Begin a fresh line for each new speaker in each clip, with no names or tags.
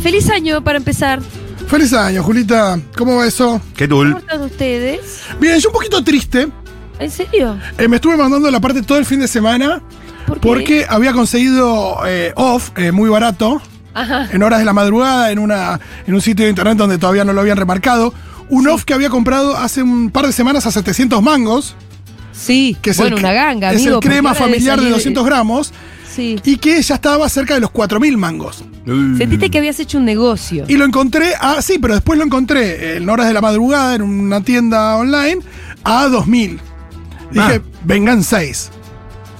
Feliz año para empezar.
Feliz año, Julita. ¿Cómo va eso?
¿Qué
¿Cómo
tul?
están ustedes?
Bien, yo un poquito triste.
¿En serio?
Eh, me estuve mandando la parte todo el fin de semana
¿Por qué?
porque había conseguido eh, off eh, muy barato
Ajá.
en horas de la madrugada en, una, en un sitio de internet donde todavía no lo habían remarcado. Un off que había comprado hace un par de semanas a 700 mangos.
Sí.
Que es
bueno,
el,
una ganga,
es el
amigo.
crema
porque ahora
familiar de
salir-
200 gramos
Sí.
y que ya estaba cerca de los 4.000 mangos.
Sentiste que habías hecho un negocio.
Mm. Y lo encontré, a, sí, pero después lo encontré en horas de la madrugada en una tienda online a 2000. Dije, vengan 6.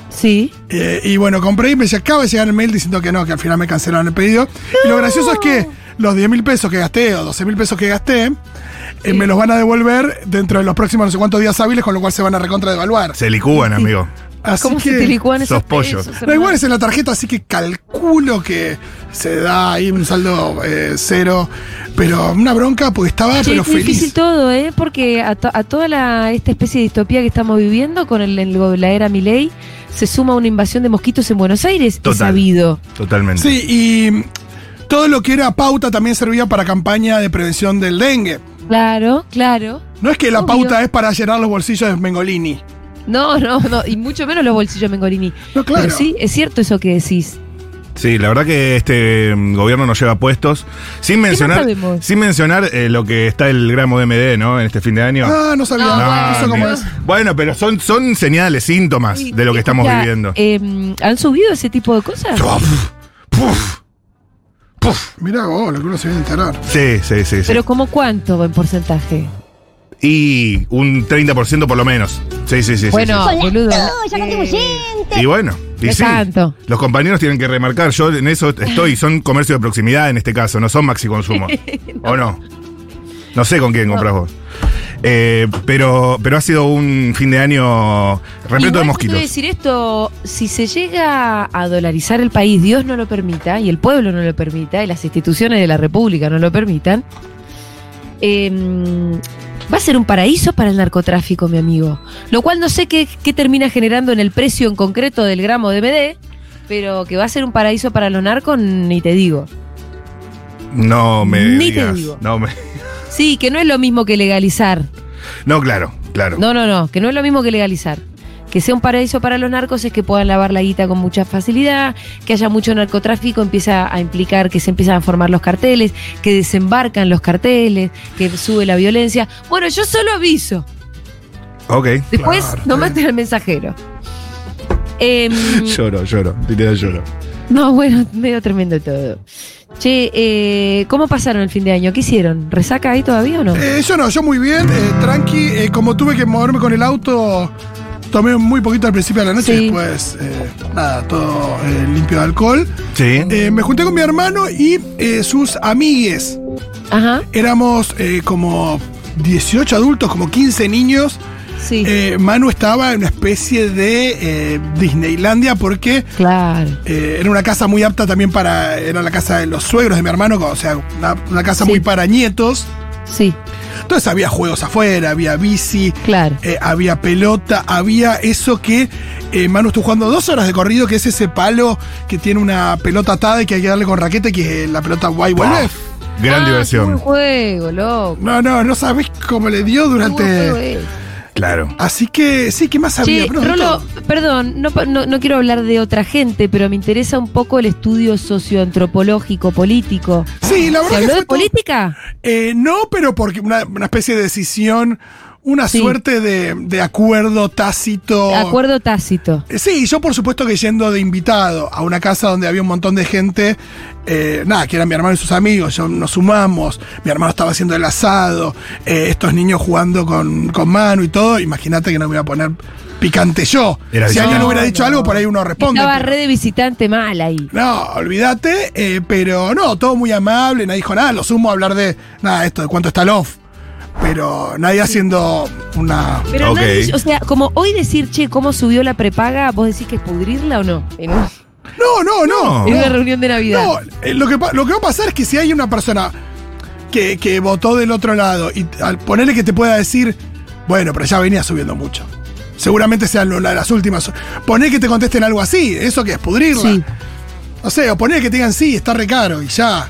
Sí.
y bueno, compré y me lle- acaba de llegar el mail diciendo que no, que al final me cancelaron el pedido. Y lo gracioso es que los 10 mil pesos que gasté o 12 mil pesos que gasté, eh, me los van a devolver dentro de los próximos no sé cuántos días hábiles, con lo cual se van a recontra devaluar.
Se licúan, amigo.
Así
¿Cómo se
que-
te licuan esos
sos pollo.
pesos,
no, igual
hermano?
es en la tarjeta, así que calculo que se da ahí un saldo eh, cero. Pero una bronca, porque estaba,
Che,
pero
es difícil
feliz.
todo, ¿eh? Porque a, to- a toda la, esta especie de distopía que estamos viviendo con el, el- la era Milei se suma una invasión de mosquitos en Buenos Aires, es
Total.
sabido.
Totalmente.
Sí, y mm, todo lo que era pauta también servía para campaña de prevención del dengue.
Claro, claro.
No es que la
Obvio.
pauta es para llenar los bolsillos de Mengolini.
No, no, no, y mucho menos los bolsillos de Mengolini.
No, claro.
Pero sí, es cierto eso que decís.
Sí, la verdad que este mm, gobierno nos lleva puestos. Sin mencionar,
sabemos?
sin mencionar eh, lo que está el gramo de MD, ¿no? En este fin de año.
Ah, no sabía.
No,
No,
bueno.
eso como
amigo.
es.
Bueno, pero son, son señales, síntomas de lo que estamos
Escucha,
viviendo.
eh, ¿Han subido ese tipo de cosas?
Puf, puf, puf.
Mirá vos, lo que uno se viene a enterar.
Sí, sí, sí. sí.
¿Pero como cuánto en porcentaje?
y un 30% por lo menos. Sí, sí, sí. sí,
bueno,
sí,
boludo.
ya no tengo
eh,
gente.
Y bueno, y
no
sí,
tanto.
los compañeros tienen que remarcar, yo en eso estoy, son comercio de proximidad en este caso, no son maxi consumo. ¿O no? No sé con quién compras vos. Eh, pero, pero ha sido un fin de año repleto
Igual
de
yo te voy a
mosquitos.
decir esto, si se llega a dolarizar el país, Dios no lo permita, y el pueblo no lo permita, y las instituciones de la República no lo permitan, eh, va a ser un paraíso para el narcotráfico, mi amigo. Lo cual no sé qué, qué termina generando en el precio en concreto del gramo de MD, pero que va a ser un paraíso para los narcos, ni te digo.
No me
Ni te
digas.
digo.
No, me-
Sí, que no es lo mismo que legalizar.
no, claro, claro.
No, no, no, que no es lo mismo que legalizar. Que sea un paraíso para los narcos es que puedan lavar la guita con mucha facilidad, que haya mucho narcotráfico, empieza a implicar que se empiezan a formar los carteles, que desembarcan los carteles, que sube la violencia. Bueno, yo solo aviso.
Ok.
Después
Claro,
no
sí.
maten al mensajero. Em,
Lloro, lloro, literal lloro.
no, bueno, medio tremendo todo. Che, eh, ¿cómo pasaron el fin de año? ¿Qué hicieron? ¿Resaca ahí todavía o no?
Eh, yo no, yo muy bien, eh, tranqui. eh, como tuve que moverme con el auto, tomé muy poquito al principio de la noche
Sí.
y después, eh, nada, todo eh, limpio de alcohol.
Sí.
Eh, me junté con mi hermano y eh, sus amigues.
Ajá,
Éramos eh, como 18 adultos, como 15 niños.
sí.
Eh, Manu estaba en una especie de eh, Disneylandia porque
claro.
eh, era una casa muy apta también para. Era la casa de los suegros de mi hermano, o sea, una, una casa
Sí.
muy para nietos.
Sí,
Entonces había juegos afuera, había bici,
claro.
eh, había pelota, había eso que eh, Manu estuvo jugando dos horas de corrido, que es ese palo que tiene una pelota atada y que hay que darle con raqueta y que la pelota guay vuelve.
Gran
Ah, qué buen
diversión.
juego, loco.
No, no, no sabés cómo le dio
Qué buen juego
durante.
es.
Claro.
Así que sí, ¿qué más
eh.
había?
Che,
Pero de
Rolo,
todo.
perdón, no, pa- no- no quiero hablar de otra gente, pero me interesa un poco el estudio socioantropológico, político.
Sí, la
¿Se
verdad que
habló
fue
de
todo-
política?
Eh, no, pero porque una, una especie de decisión, una
Sí.
suerte de, de acuerdo tácito.
Acuerdo tácito.
Eh, Sí, yo por supuesto que yendo de invitado a una casa donde había un montón de gente, eh, nada, que eran mi hermano y sus amigos, yo nos sumamos, mi hermano estaba haciendo el asado, eh, estos niños jugando con, con Manu y todo, imagínate que no me iba a poner picante yo.
Era
si
visitante.
alguien
No,
hubiera dicho
no.
algo, por ahí uno responde.
Estaba
pero-
re de visitante mal ahí.
No, olvídate, eh, pero no, todo muy amable, nadie dijo nada, lo sumo a hablar de, nada, esto, de cuánto está el off, pero nadie haciendo una...
Pero
Ok.
nadie- o sea, como hoy decir, che, ¿cómo subió la prepaga? ¿Vos decís que es pudrirla o no? En, un-
No, no, no.
en una reunión de Navidad.
No, eh, lo que, pa- lo que va a pasar es que si hay una persona que, que votó del otro lado y t- al ponerle que te pueda decir, bueno, pero ya venía subiendo mucho. Seguramente sean lo- la- las últimas. Poner que te contesten algo así, eso que es pudrirla.
Sí.
No sé, o poner que te digan sí, está re caro y ya.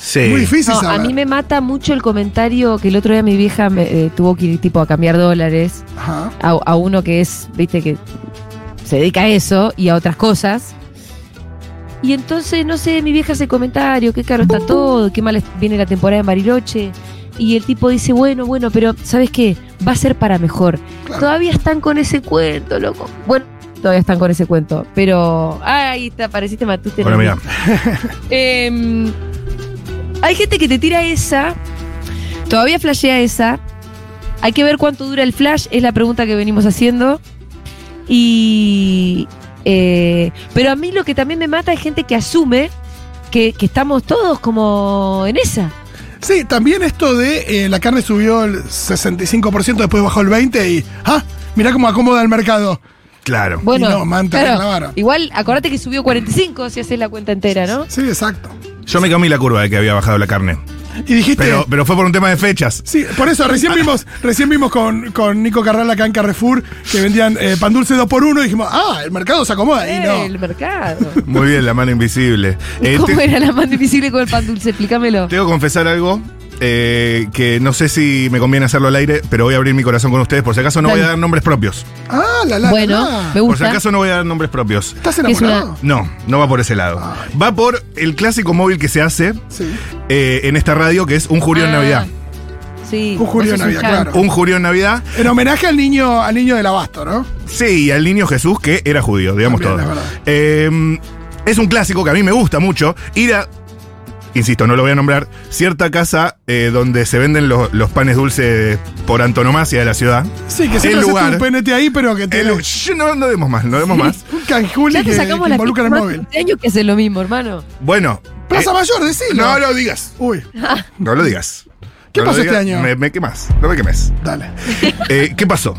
Sí.
Muy difícil
Eh. No, a
saber.
mí me mata mucho el comentario que el otro día mi vieja me, eh, tuvo que ir tipo a cambiar dólares
Ajá.
a, a uno que es, viste, que se dedica a eso y a otras cosas. Y entonces, no sé, mi vieja hace comentario, qué caro está todo, qué mal es- viene la temporada en Bariloche. Y el tipo dice, bueno, bueno, pero ¿sabes qué? Va a ser para mejor.
Claro.
Todavía están con ese cuento, loco. Bueno, todavía están con ese cuento, pero... Ay, te apareciste Matute.
Bueno, mira.
Em, hay gente que te tira esa, todavía flashea esa. Hay que ver cuánto dura el flash, es la pregunta que venimos haciendo. Y. eh, pero a mí lo que también me mata es gente que asume que, que estamos todos como en esa.
Sí, también esto de eh, la carne subió el 65%, después bajó el 20% y. ¡Ah! Mirá cómo acomoda el mercado.
Claro.
Bueno,
no, manta,
claro,
la vara.
igual acordate que subió 45 si haces la cuenta entera, ¿no?
Sí, exacto.
Yo me comí la curva de que había bajado la carne.
Y dijiste.
Pero, pero fue por un tema de fechas.
Sí, por eso recién vimos, recién vimos con, con Nico Carral acá en Carrefour que vendían eh, pan dulce 2 por 1 y dijimos, ah, el mercado se acomoda. Y no.
El mercado.
Muy bien, la mano invisible. Eh,
¿Cómo
te-
era la más difícil con el pan dulce? Explícamelo.
Tengo que confesar algo eh, que no sé si me conviene hacerlo al aire, pero voy a abrir mi corazón con ustedes. Por si acaso no voy a
Dale.
dar nombres propios.
Ah, la la.
Bueno,
la, la.
me
Por si
gusta.
acaso no voy a dar nombres propios.
¿Estás
es una-
enamorado?
No, no va por ese lado. Va por el clásico móvil que se hace
Sí.
eh, en esta radio, que es un jurio en
Ah.
Navidad.
Sí.
Un Julio
vos sos
Navidad,
chango.
claro.
Un jurio en Navidad,
En homenaje al niño, al niño del abasto, ¿no?
sí, y al niño Jesús, que era judío, digamos
También,
todo.
es verdad.
Eh, es un clásico que a mí me gusta mucho. Ir a, insisto, no lo voy a nombrar, cierta casa eh, donde se venden los, los panes dulces por antonomasia de la ciudad.
Sí, que
El
siempre
lugar.
haces un penete ahí, pero que te.
El- Shh, no, no demos más, no demos más.
un canjuli
Ya
que,
te sacamos
que
la
involucra el
ficha
móvil.
más de año que hace lo mismo, hermano.
Bueno.
Plaza
eh,
Mayor, decilo.
no lo digas.
Uy,
No lo digas.
¿Qué
No lo
pasó este
digas,
año?
Me, me quemás, no me quemés.
dale.
Eh, ¿Qué pasó?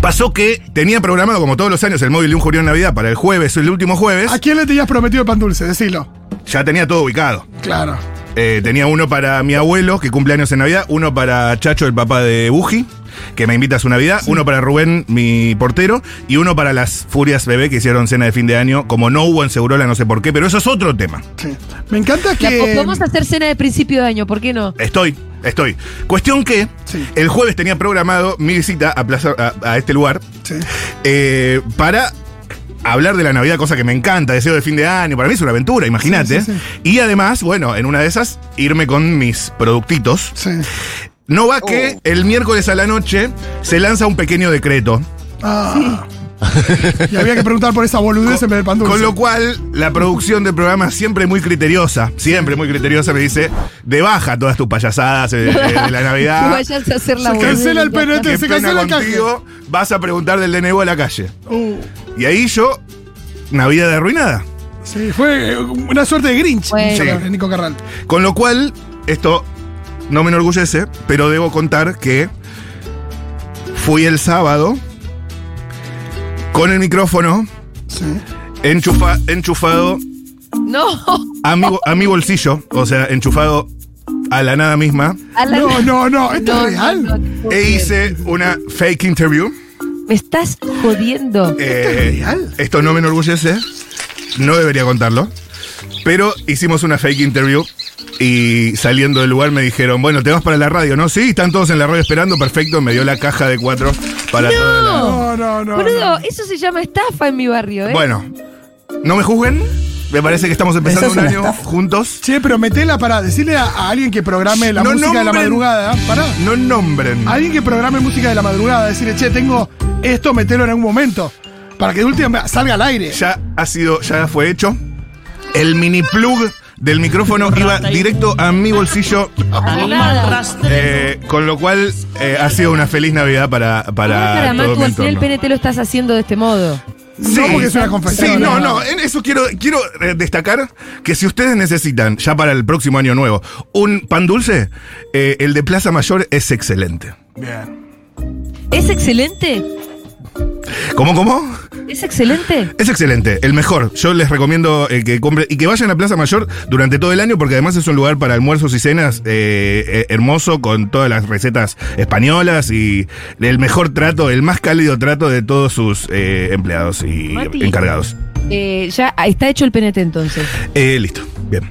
Pasó que tenía programado, como todos los años, el móvil de un jurión en Navidad para el jueves, el último jueves.
¿A quién le tenías prometido el pan dulce? Decilo.
Ya tenía todo ubicado.
Claro.
Eh, tenía uno para mi abuelo, que cumple años en Navidad, uno para Chacho, el papá de Buji, que me invita a su Navidad, uno para Rubén, mi portero, y uno para las Furias Bebé que hicieron cena de fin de año, como no hubo en Segurola, no sé por qué, pero eso es otro tema.
Sí. Me encanta
La-
que.
Vamos a hacer cena de principio de año, ¿por qué no?
Estoy, estoy. Cuestión que
Sí.
el jueves tenía programado mi visita a, plaza, a- a este lugar
Sí.
eh, para hablar de la Navidad, cosa que me encanta, deseo de fin de año, para mí es una aventura, imagínate.
Sí, sí,
Y además, bueno, en una de esas, irme con mis productitos.
Sí.
No va que el miércoles a la noche se lanza un pequeño decreto.
Ah. Y había que preguntar por esa boludez en vez del pan dulce.
Con lo cual, la producción del programa siempre muy criteriosa, siempre muy criteriosa, me dice, de baja todas tus payasadas eh, de, de la
No
Navidad.
vayas a hacer la
Se cancela el
boluda.
penete.
Qué
se
pena
cancela el canje.
contigo, vas a preguntar del DNU a la calle.
Uh,
Y ahí yo, Navidad arruinada.
sí, fue eh, una suerte de Grinch,
Bueno.
Nico- Nico Carral.
Con lo cual, esto no me enorgullece, pero debo contar que fui el sábado con el micrófono
Sí.
enchufa- enchufado
No,
a mi, a mi bolsillo, o sea, enchufado a la nada misma,
a la-
No, no, no, esto
No,
es real.
no, no, no.
e hice una fake interview.
Me estás jodiendo.
Eh,
real?
esto no me enorgullece, no debería contarlo, pero hicimos una fake interview y saliendo del lugar me dijeron, bueno, te vas para la radio, ¿no? Sí, están todos en la radio esperando, perfecto, me dio la caja de cuatro para toda
Eh,
la-
No, no, no.
Boludo,
no.
eso se llama estafa en mi barrio, ¿eh?
Bueno, no me juzguen, me parece que estamos empezando
Esa es
un
una
año
estafa.
juntos.
Che, pero metela para decirle a, a alguien que programe la
No
música de la
nombren.
madrugada. Pará.
No nombren.
Alguien que programe música de la madrugada, decirle, che, tengo esto, metelo en algún momento. Para que de última salga al aire.
ya ha sido, ya fue hecho. El mini plug del micrófono iba directo a mi bolsillo,
Para nada.
eh, con lo cual eh, ha sido una feliz Navidad para,
Ahora
para
para
todo
Matu,
mi
al final el
entorno.
penete lo estás haciendo de este modo.
No, porque es una confesión.
Sí,
¿no?
no, no. En eso quiero, quiero eh, destacar que si ustedes necesitan, ya para el próximo año nuevo, un pan dulce, eh, el de Plaza Mayor es excelente.
Bien.
¿Es excelente?
¿Cómo, cómo?
¿Es excelente?
Es excelente, el mejor. Yo les recomiendo eh, que compren y que vayan a Plaza Mayor durante todo el año porque además es un lugar para almuerzos y cenas eh, eh, hermoso con todas las recetas españolas y el mejor trato, el más cálido trato de todos sus eh, empleados y
Mati.
encargados.
ah, Eh, ya está hecho el penete entonces.
Eh, listo, bien.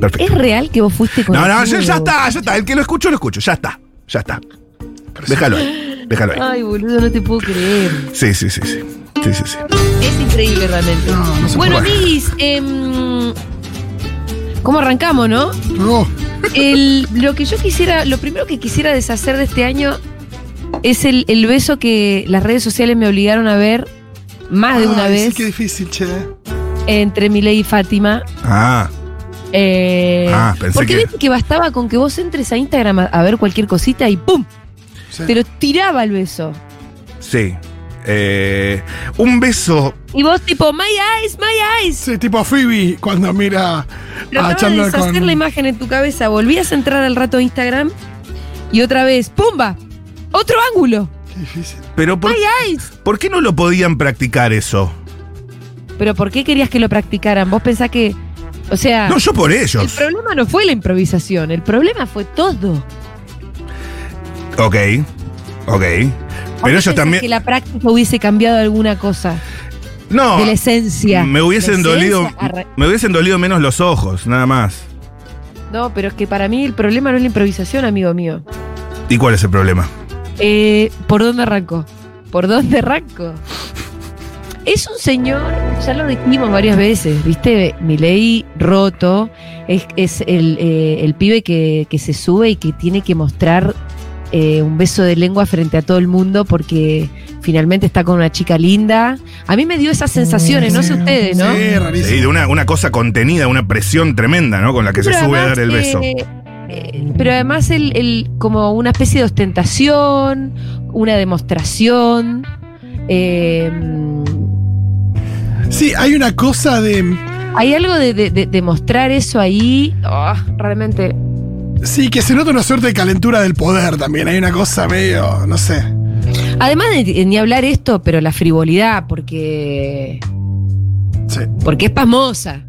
Perfecto.
¿Es real que vos fuiste con
No,
el
no,
culo?
ya, ya está, ya está. El que lo escucho, lo escucho. Ya está, ya está. Déjalo ahí, déjalo ahí.
Ay, boludo, no te puedo creer.
Sí, sí, sí, sí. Sí, sí, sí.
Es increíble realmente.
No, no se
bueno,
puede.
amiguis, em, ¿cómo arrancamos, no?
Oh,
El- lo que yo quisiera, lo primero que quisiera deshacer de este año es el, el beso que las redes sociales me obligaron a ver más Ah, de una
ay, sí,
vez
qué difícil, che.
entre Milei y Fátima.
Ah,
Eh,
Ah, pensé
porque
que-
viste que bastaba con que vos entres a Instagram a, a ver cualquier cosita y ¡pum!
Sí.
Te lo tiraba el beso.
sí. Eh, un beso.
Y vos tipo, my eyes, my eyes.
Sí, tipo Phoebe cuando mira
Ah,
a
Trataba de
Chandler
deshacer
con.
la imagen en tu cabeza. Volvías a entrar al rato a Instagram y otra vez, ¡pumba! Otro ángulo.
Qué difícil.
Pero por,
¡My eyes!
¿por qué no lo podían practicar eso?
Pero ¿por qué querías que lo practicaran? Vos pensás que. O sea,
No, yo por
Ah. el
ellos.
problema no fue la improvisación, el problema fue todo.
Ok, ok.
¿Vos
Pero ellos
pensás Que
también.
la práctica hubiese cambiado alguna cosa
No.
de la esencia.
Ah, Me hubiesen
La esencia,
dolido.
arra-
Me hubiesen dolido menos los ojos, nada más.
No, pero es que para mí el problema no es la improvisación, amigo mío.
¿Y cuál es el problema?
Eh, ¿Por dónde arranco? ¿Por dónde arranco? Es un señor, ya lo dijimos varias veces, ¿viste? Milei roto, es, es el, eh, el pibe que, que se sube y que tiene que mostrar eh, un beso de lengua frente a todo el mundo porque finalmente está con una chica linda. A mí me dio esas sensaciones, no sé ustedes, ¿no?
Mm. Sí, rarísimo.
Sí, de una, una cosa contenida, una presión tremenda, ¿no? Con la que se
Pero
sube a
además,
dar el
eh,
beso.
eh, pero además el, el- como una especie de ostentación, una demostración. eh,
Sí, hay una cosa de.
hay algo de, de- de- de mostrar eso ahí. Ah, realmente.
Sí, que se nota una suerte de calentura del poder también. Hay una cosa medio. No sé.
Además de, de ni hablar esto, pero la frivolidad, porque.
Sí,
porque es pasmosa.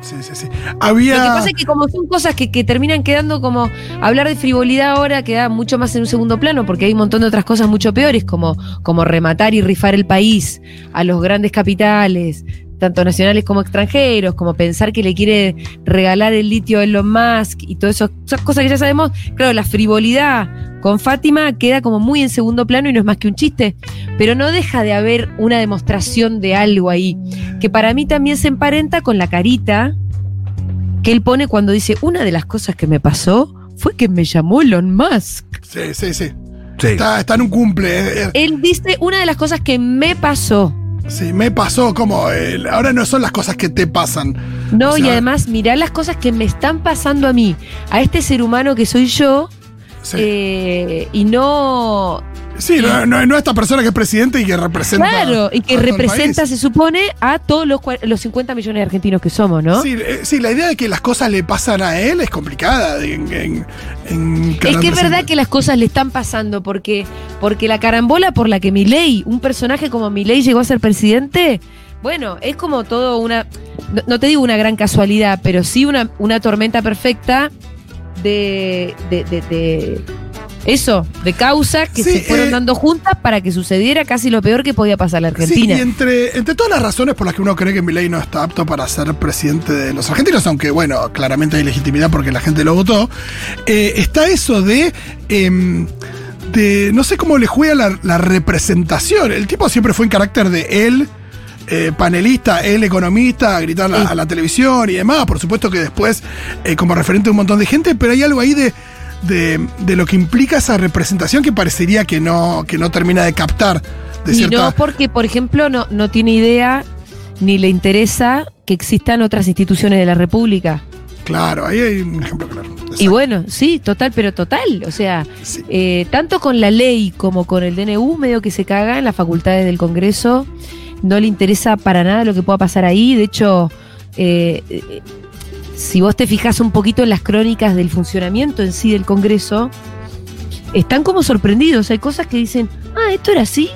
sí, sí. sí.
Lo
Había.
que pasa es que como son cosas que, que terminan quedando como hablar de frivolidad ahora queda mucho más en un segundo plano porque hay un montón de otras cosas mucho peores como, como rematar y rifar el país a los grandes capitales, tanto nacionales como extranjeros, como pensar que le quiere regalar el litio a Elon Musk y todas esas cosas que ya sabemos. Claro, la frivolidad con Fátima queda como muy en segundo plano y no es más que un chiste, pero no deja de haber una demostración de algo ahí, que para mí también se emparenta con la carita que él pone cuando dice, una de las cosas que me pasó fue que me llamó Elon Musk.
Sí, sí, sí.
Sí.
Está, está en un cumple. eh, eh,
Él dice, una de las cosas que me pasó.
Sí, me pasó como. eh, ahora no son las cosas que te pasan.
No,
O sea-
y además, mirá las cosas que me están pasando a mí, a este ser humano que soy yo,
Sí,
eh, y no...
sí no, no, no esta persona que es presidente y que representa.
Claro, y que
a todo el
representa,
país.
se supone, a todos los, cua- los 50 millones de argentinos que somos, ¿no?
Sí, eh, sí, la idea de que las cosas le pasan a él es complicada. de- en- en- en-
Es que es verdad
representa-
que las cosas le están pasando porque, porque la carambola por la que Milei, un personaje como Milei llegó a ser presidente, bueno, es como todo una, no, no te digo una gran casualidad, pero sí una, una tormenta perfecta de, de- de- de- eso, de causas que
Sí,
se fueron
eh,
dando juntas para que sucediera casi lo peor que podía pasar a la Argentina.
Sí, y entre, entre todas las razones por las que uno cree que Milei no está apto para ser presidente de los argentinos, aunque bueno, claramente hay legitimidad porque la gente lo votó, eh, está eso de, em, de. No sé cómo le juega la, la representación. El tipo siempre fue en carácter de él. eh, panelista, él economista, a gritar la-
Sí.
a la televisión y demás, por supuesto que después eh, como referente de un montón de gente, pero hay algo ahí de, de, de lo que implica esa representación que parecería que no, que no termina de captar de
y
cierta
no porque, por ejemplo, no, no tiene idea ni le interesa que existan otras instituciones de la República.
Claro, ahí hay un ejemplo claro.
Y bueno, sí, total, pero total. O sea,
Sí.
eh, tanto con la ley como con el DNU, medio que se caga en las facultades del Congreso. No le interesa para nada lo que pueda pasar ahí. De hecho, eh, eh, si vos te fijas un poquito en las crónicas del funcionamiento en sí del Congreso, están como sorprendidos. Hay cosas que dicen, ah, esto era así.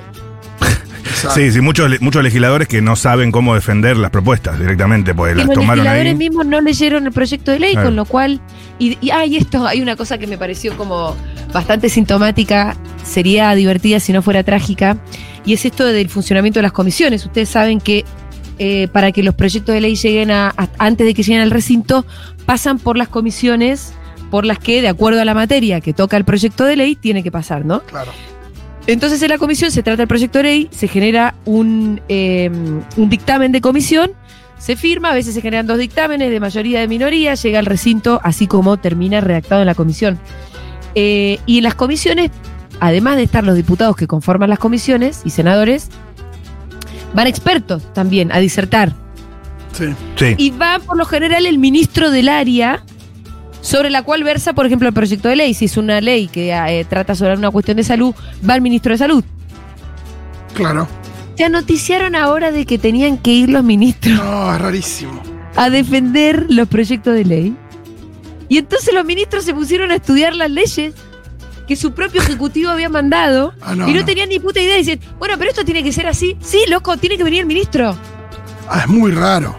Exacto.
Sí, sí, muchos, le- muchos legisladores que no saben cómo defender las propuestas directamente, pues
que
las
los
tomaron
legisladores
ahí.
mismos no leyeron el proyecto de ley,
Claro.
con lo cual. Y, y ah, y esto, hay una cosa que me pareció como bastante sintomática, sería divertida si no fuera trágica, y es esto del funcionamiento de las comisiones. Ustedes saben que eh, para que los proyectos de ley lleguen a, a- antes de que lleguen al recinto, pasan por las comisiones por las que, de acuerdo a la materia que toca el proyecto de ley, tiene que pasar, ¿no?
Claro.
Entonces en la comisión se trata el proyecto de ley, se genera un, eh, un dictamen de comisión, se firma, a veces se generan dos dictámenes de mayoría de minoría, llega al recinto así como termina redactado en la comisión. Eh, y en las comisiones, además de estar los diputados que conforman las comisiones y senadores, van expertos también a disertar.
Sí.
Sí.
Y va por lo general el ministro del área sobre la cual versa, por ejemplo, el proyecto de ley. Si es una ley que eh, trata sobre una cuestión de salud, va el ministro de salud.
Claro.
Ya noticiaron ahora de que tenían que ir los ministros
No, es rarísimo.
a defender los proyectos de ley. Y entonces los ministros se pusieron a estudiar las leyes que su propio ejecutivo había mandado
Ah, no,
y no,
no.
tenían ni puta idea. Dicen, bueno, pero esto tiene que ser así. Sí, loco, tiene que venir el ministro.
Ah, es muy raro.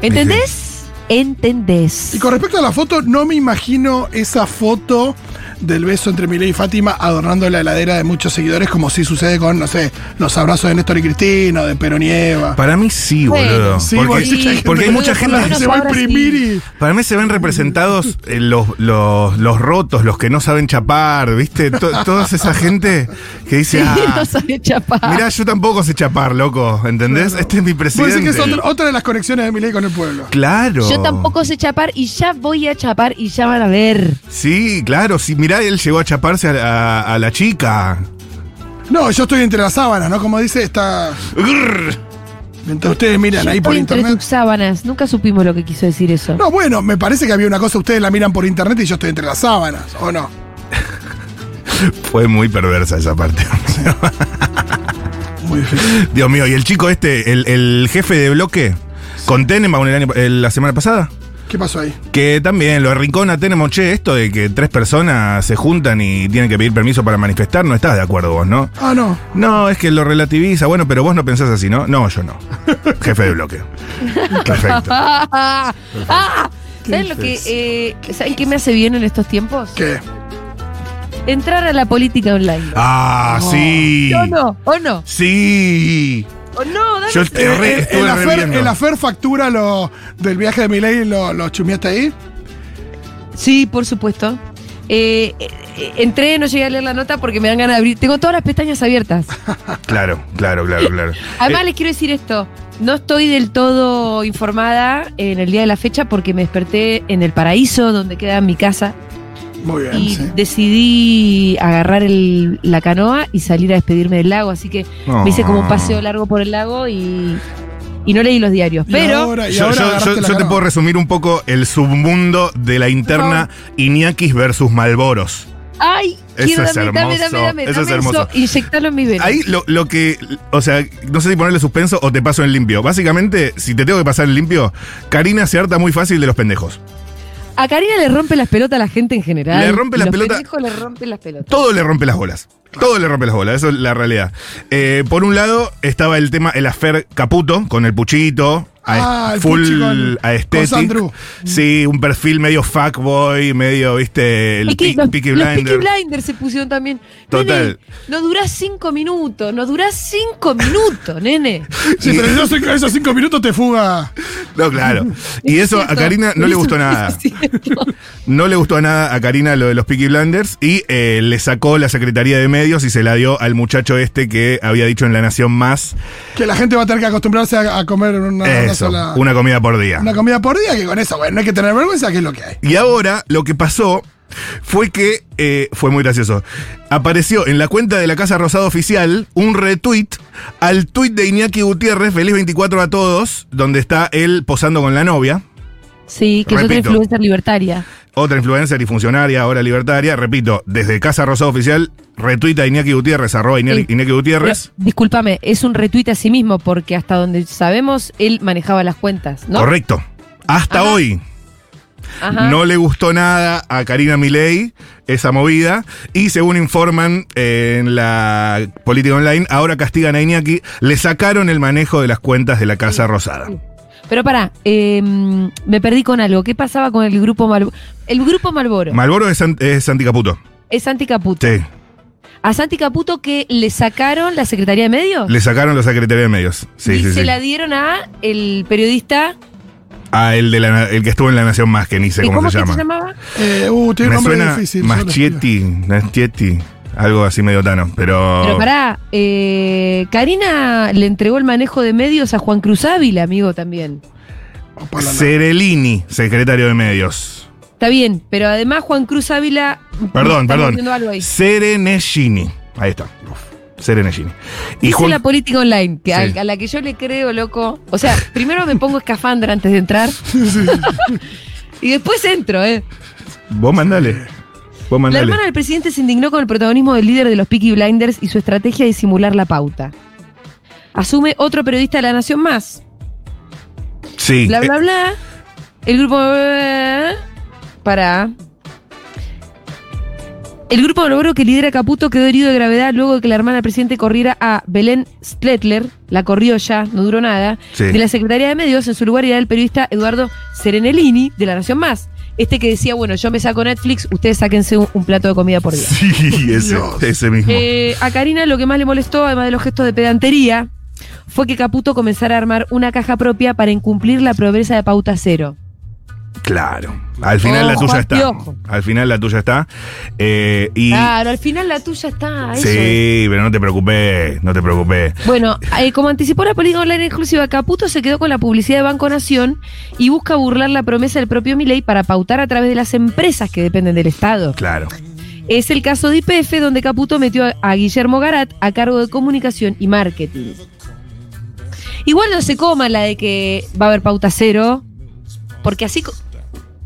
¿Entendés?
Y
¿Entendés?
con respecto a la foto, no me imagino esa foto del beso entre Milei y Fátima adornando la heladera de muchos seguidores, como si sucede con, no sé, los abrazos de Néstor y Cristina, de Peronieva.
Para mí sí,
Bueno,
boludo.
Sí,
porque,
sí,
porque hay
boludo,
mucha
por
gente
lo
que
menos
se va a
ahora sí.
imprimir y.
Para mí se ven representados eh, los, los, los rotos, los que no saben chapar, ¿viste? To- toda esa gente que dice, ah,
no sabe chapar.
mirá, yo tampoco sé chapar, loco, ¿entendés? Este es mi
Puede
presidente.
decir que es otra, otra de las conexiones de Milei con el pueblo.
Claro.
Yo tampoco sé chapar y ya voy a chapar y ya van a ver.
Sí, claro, sí, mirá, él llegó a chaparse a, la- a la chica.
No, yo estoy entre las sábanas, ¿no? Como dice esta.
Grrr.
Mientras ustedes miran
Yo
ahí por
estoy entre
internet.
tus sábanas. Nunca supimos lo que quiso decir eso.
No, bueno, me parece que había una cosa, ustedes la miran por internet y yo estoy entre las sábanas, ¿o no?
Fue muy perversa esa parte.
Muy bien.
Dios mío, y el chico este, el, el jefe de bloque, con Tenenbaum el año- el- la semana pasada.
¿Qué pasó ahí?
Que también lo arrincona Tenemos, che, esto de que tres personas se juntan y tienen que pedir permiso para manifestar, no estás de acuerdo vos, ¿no?
Ah, no.
No, es que lo relativiza, bueno, pero vos no pensás así, ¿no? No, yo no. Jefe de bloque. Perfecto.
Ah, ah, ¿Saben lo que, eh, ¿saben qué me hace bien en estos tiempos?
¿Qué?
Entrar a la política online.
Ah, sí.
¿O no? ¿O no?
Sí.
¿O no? Dale.
Yo te re-
Eh, eh,
estuve
el,
re
afer,
viendo.
el afer factura lo, del viaje de Milei lo, lo chumiaste ahí.
Sí, por supuesto. Eh, eh, eh, entré, no llegué a leer la nota porque me dan ganas de abrir. Tengo todas las pestañas abiertas.
Claro, claro, claro, claro.
Además,
Eh,
les quiero decir esto. No estoy del todo informada en el día de la fecha porque me desperté en el paraíso donde queda mi casa
Muy bien,
y
sí.
decidí agarrar el- la canoa y salir a despedirme del lago. Así que
no.
me hice como un paseo largo por el lago y, y no leí los diarios.
Y
Pero
ahora- y
Yo,
ahora
yo- yo-
agarraste la
yo te
canoa.
puedo resumir un poco el submundo de la interna Iñakis versus Malboros.
Ay,
Eso
quiero
es
dame, dame,
hermoso,
dame, dame,
eso es
dame
hermoso.
inyectalo en mi vena.
Ahí lo, lo que, o sea, no sé si ponerle suspenso o te paso en limpio. Básicamente, si te tengo que pasar en limpio, Karina se harta muy fácil de los pendejos.
A Karina le rompe las pelotas a la gente en general.
Le rompe
y
las
los
pelotas-
pendejos le rompen las pelotas.
Todo le rompe las bolas. Todo le rompe las bolas, eso es la realidad. Eh, por un lado estaba el tema, el afer Caputo con el Puchito. A
Ah,
est-
el
full
Puchi con-
a
con
aesthetic.
Sandro.
Sí, un perfil medio fuckboy, medio, viste, el
Es que
Pe-
los,
Peaky
los Peaky
Blinder.
Blinders se pusieron también.
Total.
Nene, no durás cinco minutos, no durás cinco minutos, nene.
Sí, pero esos cinco, esos cinco minutos te fuga.
No, claro. Y eso a
cierto.
Karina no le
Eso
gustó
es
nada.
cierto.
No le gustó nada a Karina lo de los Peaky Blinders y eh, le sacó la Secretaría de Medios y se la dio al muchacho este que había dicho en La Nación Más.
Que la gente va a tener que acostumbrarse a, a comer Ah, una, una
eso,
sola-
una comida por día.
una comida por día, que con eso, bueno, no hay que tener vergüenza, que es lo que hay.
Y ahora lo que pasó fue que, eh, fue muy gracioso, apareció en la cuenta de la Casa Rosada Oficial un retweet al tweet de Iñaki Gutiérrez, Feliz 24 a todos, donde está él posando con la novia.
Sí, que es otra
Repito.
influencer libertaria.
Otra influencer y funcionaria, ahora libertaria. Repito, desde Casa Rosada Oficial, retuita a Iñaki Gutiérrez, arroba Iñaki,
Sí.
Iñaki Gutiérrez.
Pero, discúlpame, es un retweet a sí mismo porque hasta donde sabemos él manejaba las cuentas, ¿no?
Correcto. Hasta
Ajá.
hoy
Ajá.
no le gustó nada a Karina Milei esa movida y según informan eh, en la política online, ahora castigan a Iñaki, le sacaron el manejo de las cuentas de la Casa Rosada.
Pero pará, eh, me perdí con algo. ¿Qué pasaba con el grupo Malboro? El grupo Malboro
Malboro es, an- es anticaputo.
es anticaputo.
Sí.
A Santi Caputo que le sacaron la Secretaría de Medios
Le sacaron la Secretaría de Medios. Sí,
y
sí,
se
sí.
la dieron a el periodista.
Ah, el, de la- el que estuvo en La Nación Más, que ni sé
¿que
cómo,
¿Cómo
se
es que
llama.
se llamaba?
Eh, uh, tiene
Me
un nombre
suena
difícil.
Maschietti, Maschietti, algo así medio tano, pero...
Pero pará, eh, Karina le entregó el manejo de medios a Juan Cruz Ávila, amigo, también.
Sí.
Cerelini, secretario de medios.
Está bien, pero además Juan Cruz Ávila.
Perdón,
estamos
perdón.
viendo algo ahí.
Serenegini. Ahí está. Serenegini. Y
Dice
Juan-
la política online, que a,
Sí.
a la que yo le creo, loco. O sea, primero me pongo escafandra antes de entrar. y después entro, ¿eh?
Vos mandale. Vos
La
mandale.
hermana del presidente se indignó con el protagonismo del líder de los Peaky Blinders y su estrategia de simular la pauta. Asume otro periodista de la Nación Más.
Sí.
Bla,
eh,
bla, bla. El grupo... Para... El grupo de logro que lidera Caputo quedó herido de gravedad luego de que la hermana del presidente corriera a Belén Stletler, la corrió ya, no duró nada,
Sí.
de la Secretaría de Medios. En su lugar irá el periodista Eduardo Serenelini, de La Nación Más. Este que decía, bueno, yo me saco Netflix, ustedes sáquense un, un plato de comida por día.
Sí, ese,
Dios.
ese mismo.
Eh, a Karina lo que más le molestó, además de los gestos de pedantería, fue que Caputo comenzara a armar una caja propia para incumplir la promesa de pauta cero.
claro. Al final la
Ojo,
tuya
al
está.
oh, piojo.
Al final la tuya está. Eh, y.
Claro, al final la tuya está. eso es.
sí, pero no te preocupes, no te preocupes.
Bueno, eh, como anticipó la política online exclusiva, Caputo se quedó con la publicidad de Banco Nación y busca burlar la promesa del propio Milei para pautar a través de las empresas que dependen del Estado.
Claro.
Es el caso de IPF, donde Caputo metió a- a Guillermo Garat a cargo de comunicación y marketing. Igual no se coma la de que va a haber pauta cero, porque así co-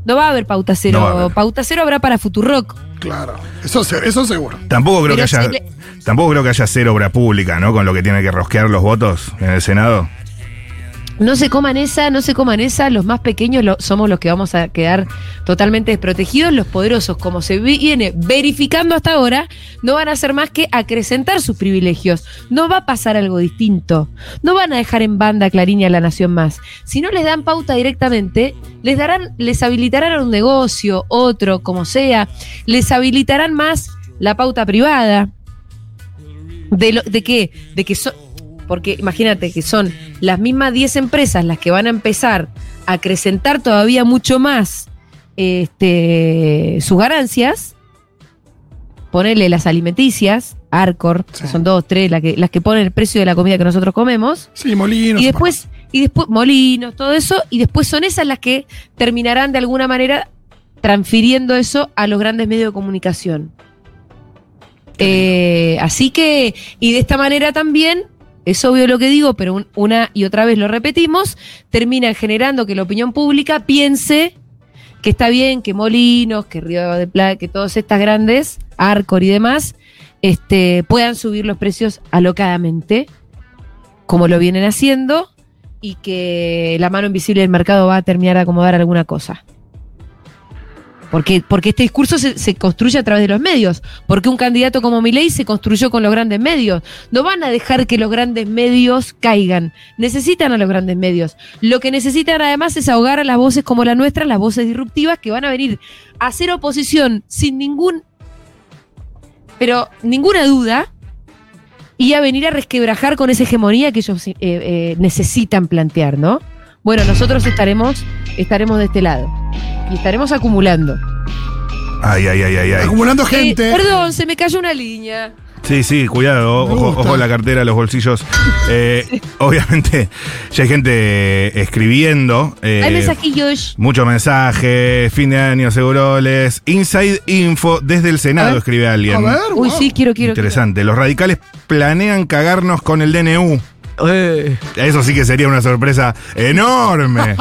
no va a haber pauta cero.
No va a haber.
Pauta cero habrá para Futurock.
Claro, eso, se- eso seguro.
Tampoco creo
Pero
que haya.
si le-
Tampoco creo que haya cero obra pública, ¿no? Con lo que tiene que rosquear los votos en el Senado.
No se coman esa, no se coman esa. Los más pequeños lo- somos los que vamos a quedar totalmente desprotegidos. Los poderosos, como se vi- viene verificando hasta ahora, no van a hacer más que acrecentar sus privilegios. No va a pasar algo distinto. No van a dejar en banda a Clarín y a la Nación más. Si no les dan pauta directamente, les darán, les habilitarán un negocio, otro, como sea. Les habilitarán más la pauta privada. ¿De, lo- de qué? De que son. Porque imagínate que son las mismas 10 empresas las que van a empezar a acrecentar todavía mucho más este, sus ganancias. Ponerle las alimenticias, Arcor, que
Sí.
son dos, tres, las que, las que ponen el precio de la comida que nosotros comemos.
Sí, Molinos.
Y después, y después, molinos, todo eso, y después son esas las que terminarán de alguna manera transfiriendo eso a los grandes medios de comunicación. Eh, así que, y de esta manera también, es obvio lo que digo, pero un- una y otra vez lo repetimos, terminan generando que la opinión pública piense que está bien, que Molinos, que Río de Plata, que todas estas grandes, Arcor y demás, este, puedan subir los precios alocadamente, como lo vienen haciendo, y que la mano invisible del mercado va a terminar de acomodar alguna cosa. Porque, porque este discurso se, se construye a través de los medios, porque un candidato como Milei se construyó con los grandes medios. No van a dejar que los grandes medios caigan. Necesitan a los grandes medios. Lo que necesitan además es ahogar a las voces como la nuestra, las voces disruptivas que van a venir a hacer oposición sin ningún, pero ninguna duda, y a venir a resquebrajar con esa hegemonía que ellos eh, eh, necesitan plantear, ¿no? Bueno, nosotros estaremos, estaremos de este lado y estaremos acumulando.
Ay, ay, ay, ay, ay.
Acumulando gente.
Eh, perdón, se me cayó una línea.
Sí, sí, cuidado,
Me
ojo,
gusta.
ojo la cartera, los bolsillos. Eh, Obviamente, ya hay gente eh, escribiendo. eh,
Hay mensajillos.
Mucho mensaje, fin de año, seguroles. Inside Info, desde el
A
Senado,
ver.
escribe alguien.
A ver,
Uy,
wow.
sí, quiero, quiero.
Interesante. Los radicales planean cagarnos con el DNU. Eso sí que sería una sorpresa enorme.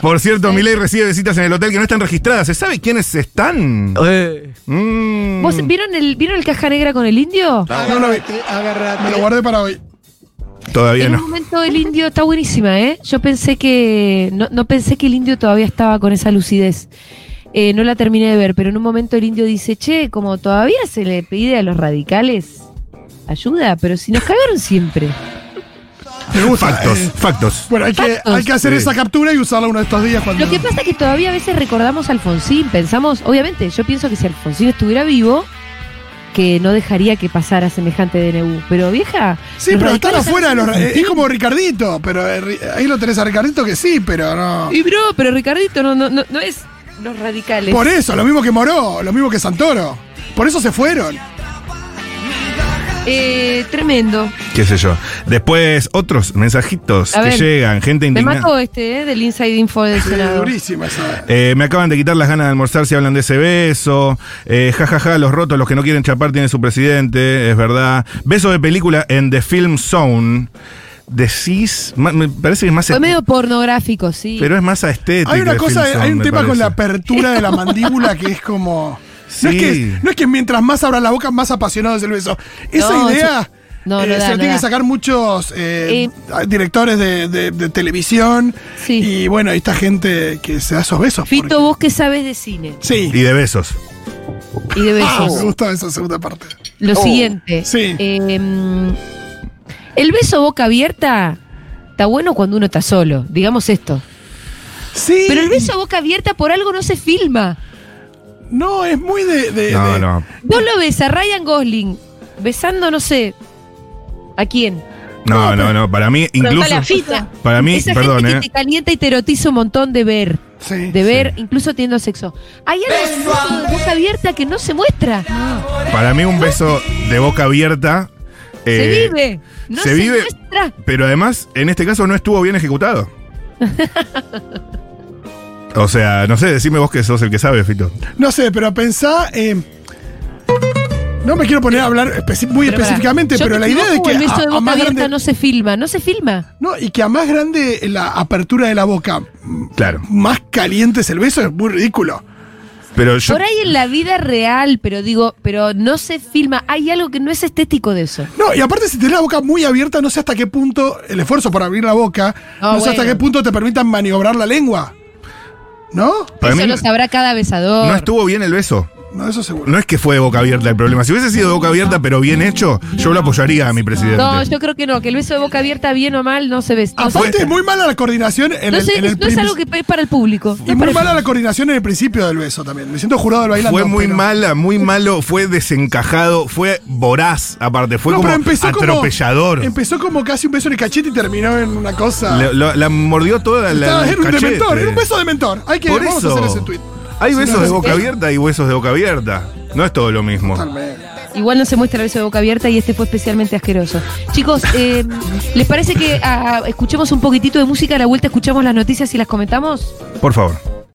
Por cierto, Milei recibe visitas en el hotel que no están registradas. ¿Se sabe quiénes están?
quiero.
Mm.
¿Vos vieron el, vieron el caja negra con el indio?
No este, lo vi. Me lo guardé para hoy.
Todavía
En un
no.
momento el indio está buenísima, ¿eh? Yo pensé que. No, no pensé que el indio todavía estaba con esa lucidez. Eh, no la terminé de ver, pero en un momento el indio dice, che, como todavía se le pide a los radicales ayuda, pero si nos cagaron siempre.
Me gusta.
Factos,
eh.
factos.
Bueno, hay que, hay que hacer
Sí.
esa captura y usarla uno de estos días cuando.
Lo que pasa es que todavía a veces recordamos a Alfonsín, pensamos, obviamente, yo pienso que si Alfonsín estuviera vivo, que no dejaría que pasara semejante DNU. Pero vieja.
Sí,
los
pero están
radicales
afuera. de los ra-
hacen-
es como Ricardito, pero eh, ri- ahí lo tenés a Ricardito que sí, pero no.
Y bro, pero Ricardito no, no, no, no es los radicales.
Por eso, lo mismo que Moró, lo mismo que Santoro. Por eso se fueron.
Eh, tremendo.
qué sé yo. Después otros mensajitos
A
que
ver.
llegan, gente
Me mató
indignada.
este, eh, del Inside Info del
Es
Senado.
durísima esa.
Eh, me acaban de quitar las ganas de almorzar si hablan de ese beso. Eh, ja, ja, ja, los rotos, los que no quieren chapar tienen su presidente, es verdad. Beso de película en The Film Zone. Decís, ma- me parece que es más...
Fue medio pornográfico, sí.
Pero es más estético.
Hay una
The
cosa,
Film Zone,
hay un
me
tema con la
parece.
apertura de la mandíbula que es como. No, es
Sí.
que, no es que mientras más abra la boca, más apasionado es el beso. Esa
No,
idea
se- no, no da,
eh, se la
no
tienen
da.
que sacar muchos eh,
Eh.
directores de, de- de televisión.
Sí.
Y bueno, ahí está gente que se da esos besos.
Fito,
porque-
vos que sabes de cine
Sí.
Y de besos.
y de
Ah,
besos.
me gustó esa segunda parte.
Lo
Oh,
siguiente.
sí.
Eh, mm, el beso boca abierta está bueno cuando uno está solo, digamos esto.
Sí.
Pero el beso boca abierta por algo no se filma.
No, es muy de. de-
No,
de-
no.
Vos lo ves a Ryan Gosling besando, no sé, ¿a quién?
No, no, no. Para mí, incluso...
Preguntale a Fito.
Esa-
Para mí,
Esa
perdón,
gente
eh.
que te calienta y te erotiza un montón de ver,
Sí.
de ver, incluso teniendo sexo. Hay algo en el beso de boca abierta que no se muestra.
Para mí un beso de boca abierta.
se
eh,
vive. No se,
se vive-
muestra.
Pero además, en este caso no estuvo bien ejecutado. O sea, no sé, decime vos que sos el que sabe, Fito.
No sé, pero pensá. eh, no me quiero poner a hablar especi- muy
Pero pará,
específicamente,
yo
pero
me
la idea de
equivoco,
que
el beso
a-
de
a
boca
más
abierta
grande-
no se filma, no se filma.
No, y que a más grande la apertura de la boca, m-
Claro.
más caliente es el beso, es muy ridículo.
Pero yo.
Por ahí en la vida real, pero digo, pero no se filma. Hay algo que no es estético de eso.
No, y aparte si tenés la boca muy abierta, no sé hasta qué punto el esfuerzo por abrir la boca,
Ah,
no sé hasta
bueno.
qué punto te permitan maniobrar la lengua. ¿No?
para
eso
mí
lo sabrá cada besador.
no estuvo bien el beso.
No, eso seguro.
No es que fue de boca abierta el problema. Si hubiese sido de boca abierta, pero bien hecho, yo lo apoyaría a mi presidente.
No, yo creo que no, que el beso de boca abierta, bien o mal, no se ve. No, se-
aparte es muy mala la coordinación en
no
el,
se-
en el
no es
prim-
algo que es para el público.
Y
No
muy
para-
mala la coordinación en el principio del beso también. Me siento jurado del bailando.
Fue muy
pero-
mala, muy malo, fue desencajado, fue voraz, aparte, fue
No,
como
pero empezó como-
atropellador.
empezó como casi un beso en el cachete y terminó en una cosa.
Le- lo- la mordió toda la.
Estaba-
el
era un
cachete.
dementor, era un beso de mentor. Hay que
Por
vamos
eso.
a hacer ese tweet.
Hay
Sí,
besos
no,
de
no,
boca
es-
abierta y huesos de boca abierta. No es todo lo mismo.
Totalmente.
Igual no se muestra el beso de boca abierta y este fue especialmente asqueroso. Chicos, eh, ¿les parece que ah, escuchemos un poquitito de música? A la vuelta escuchamos las noticias y las comentamos.
Por favor.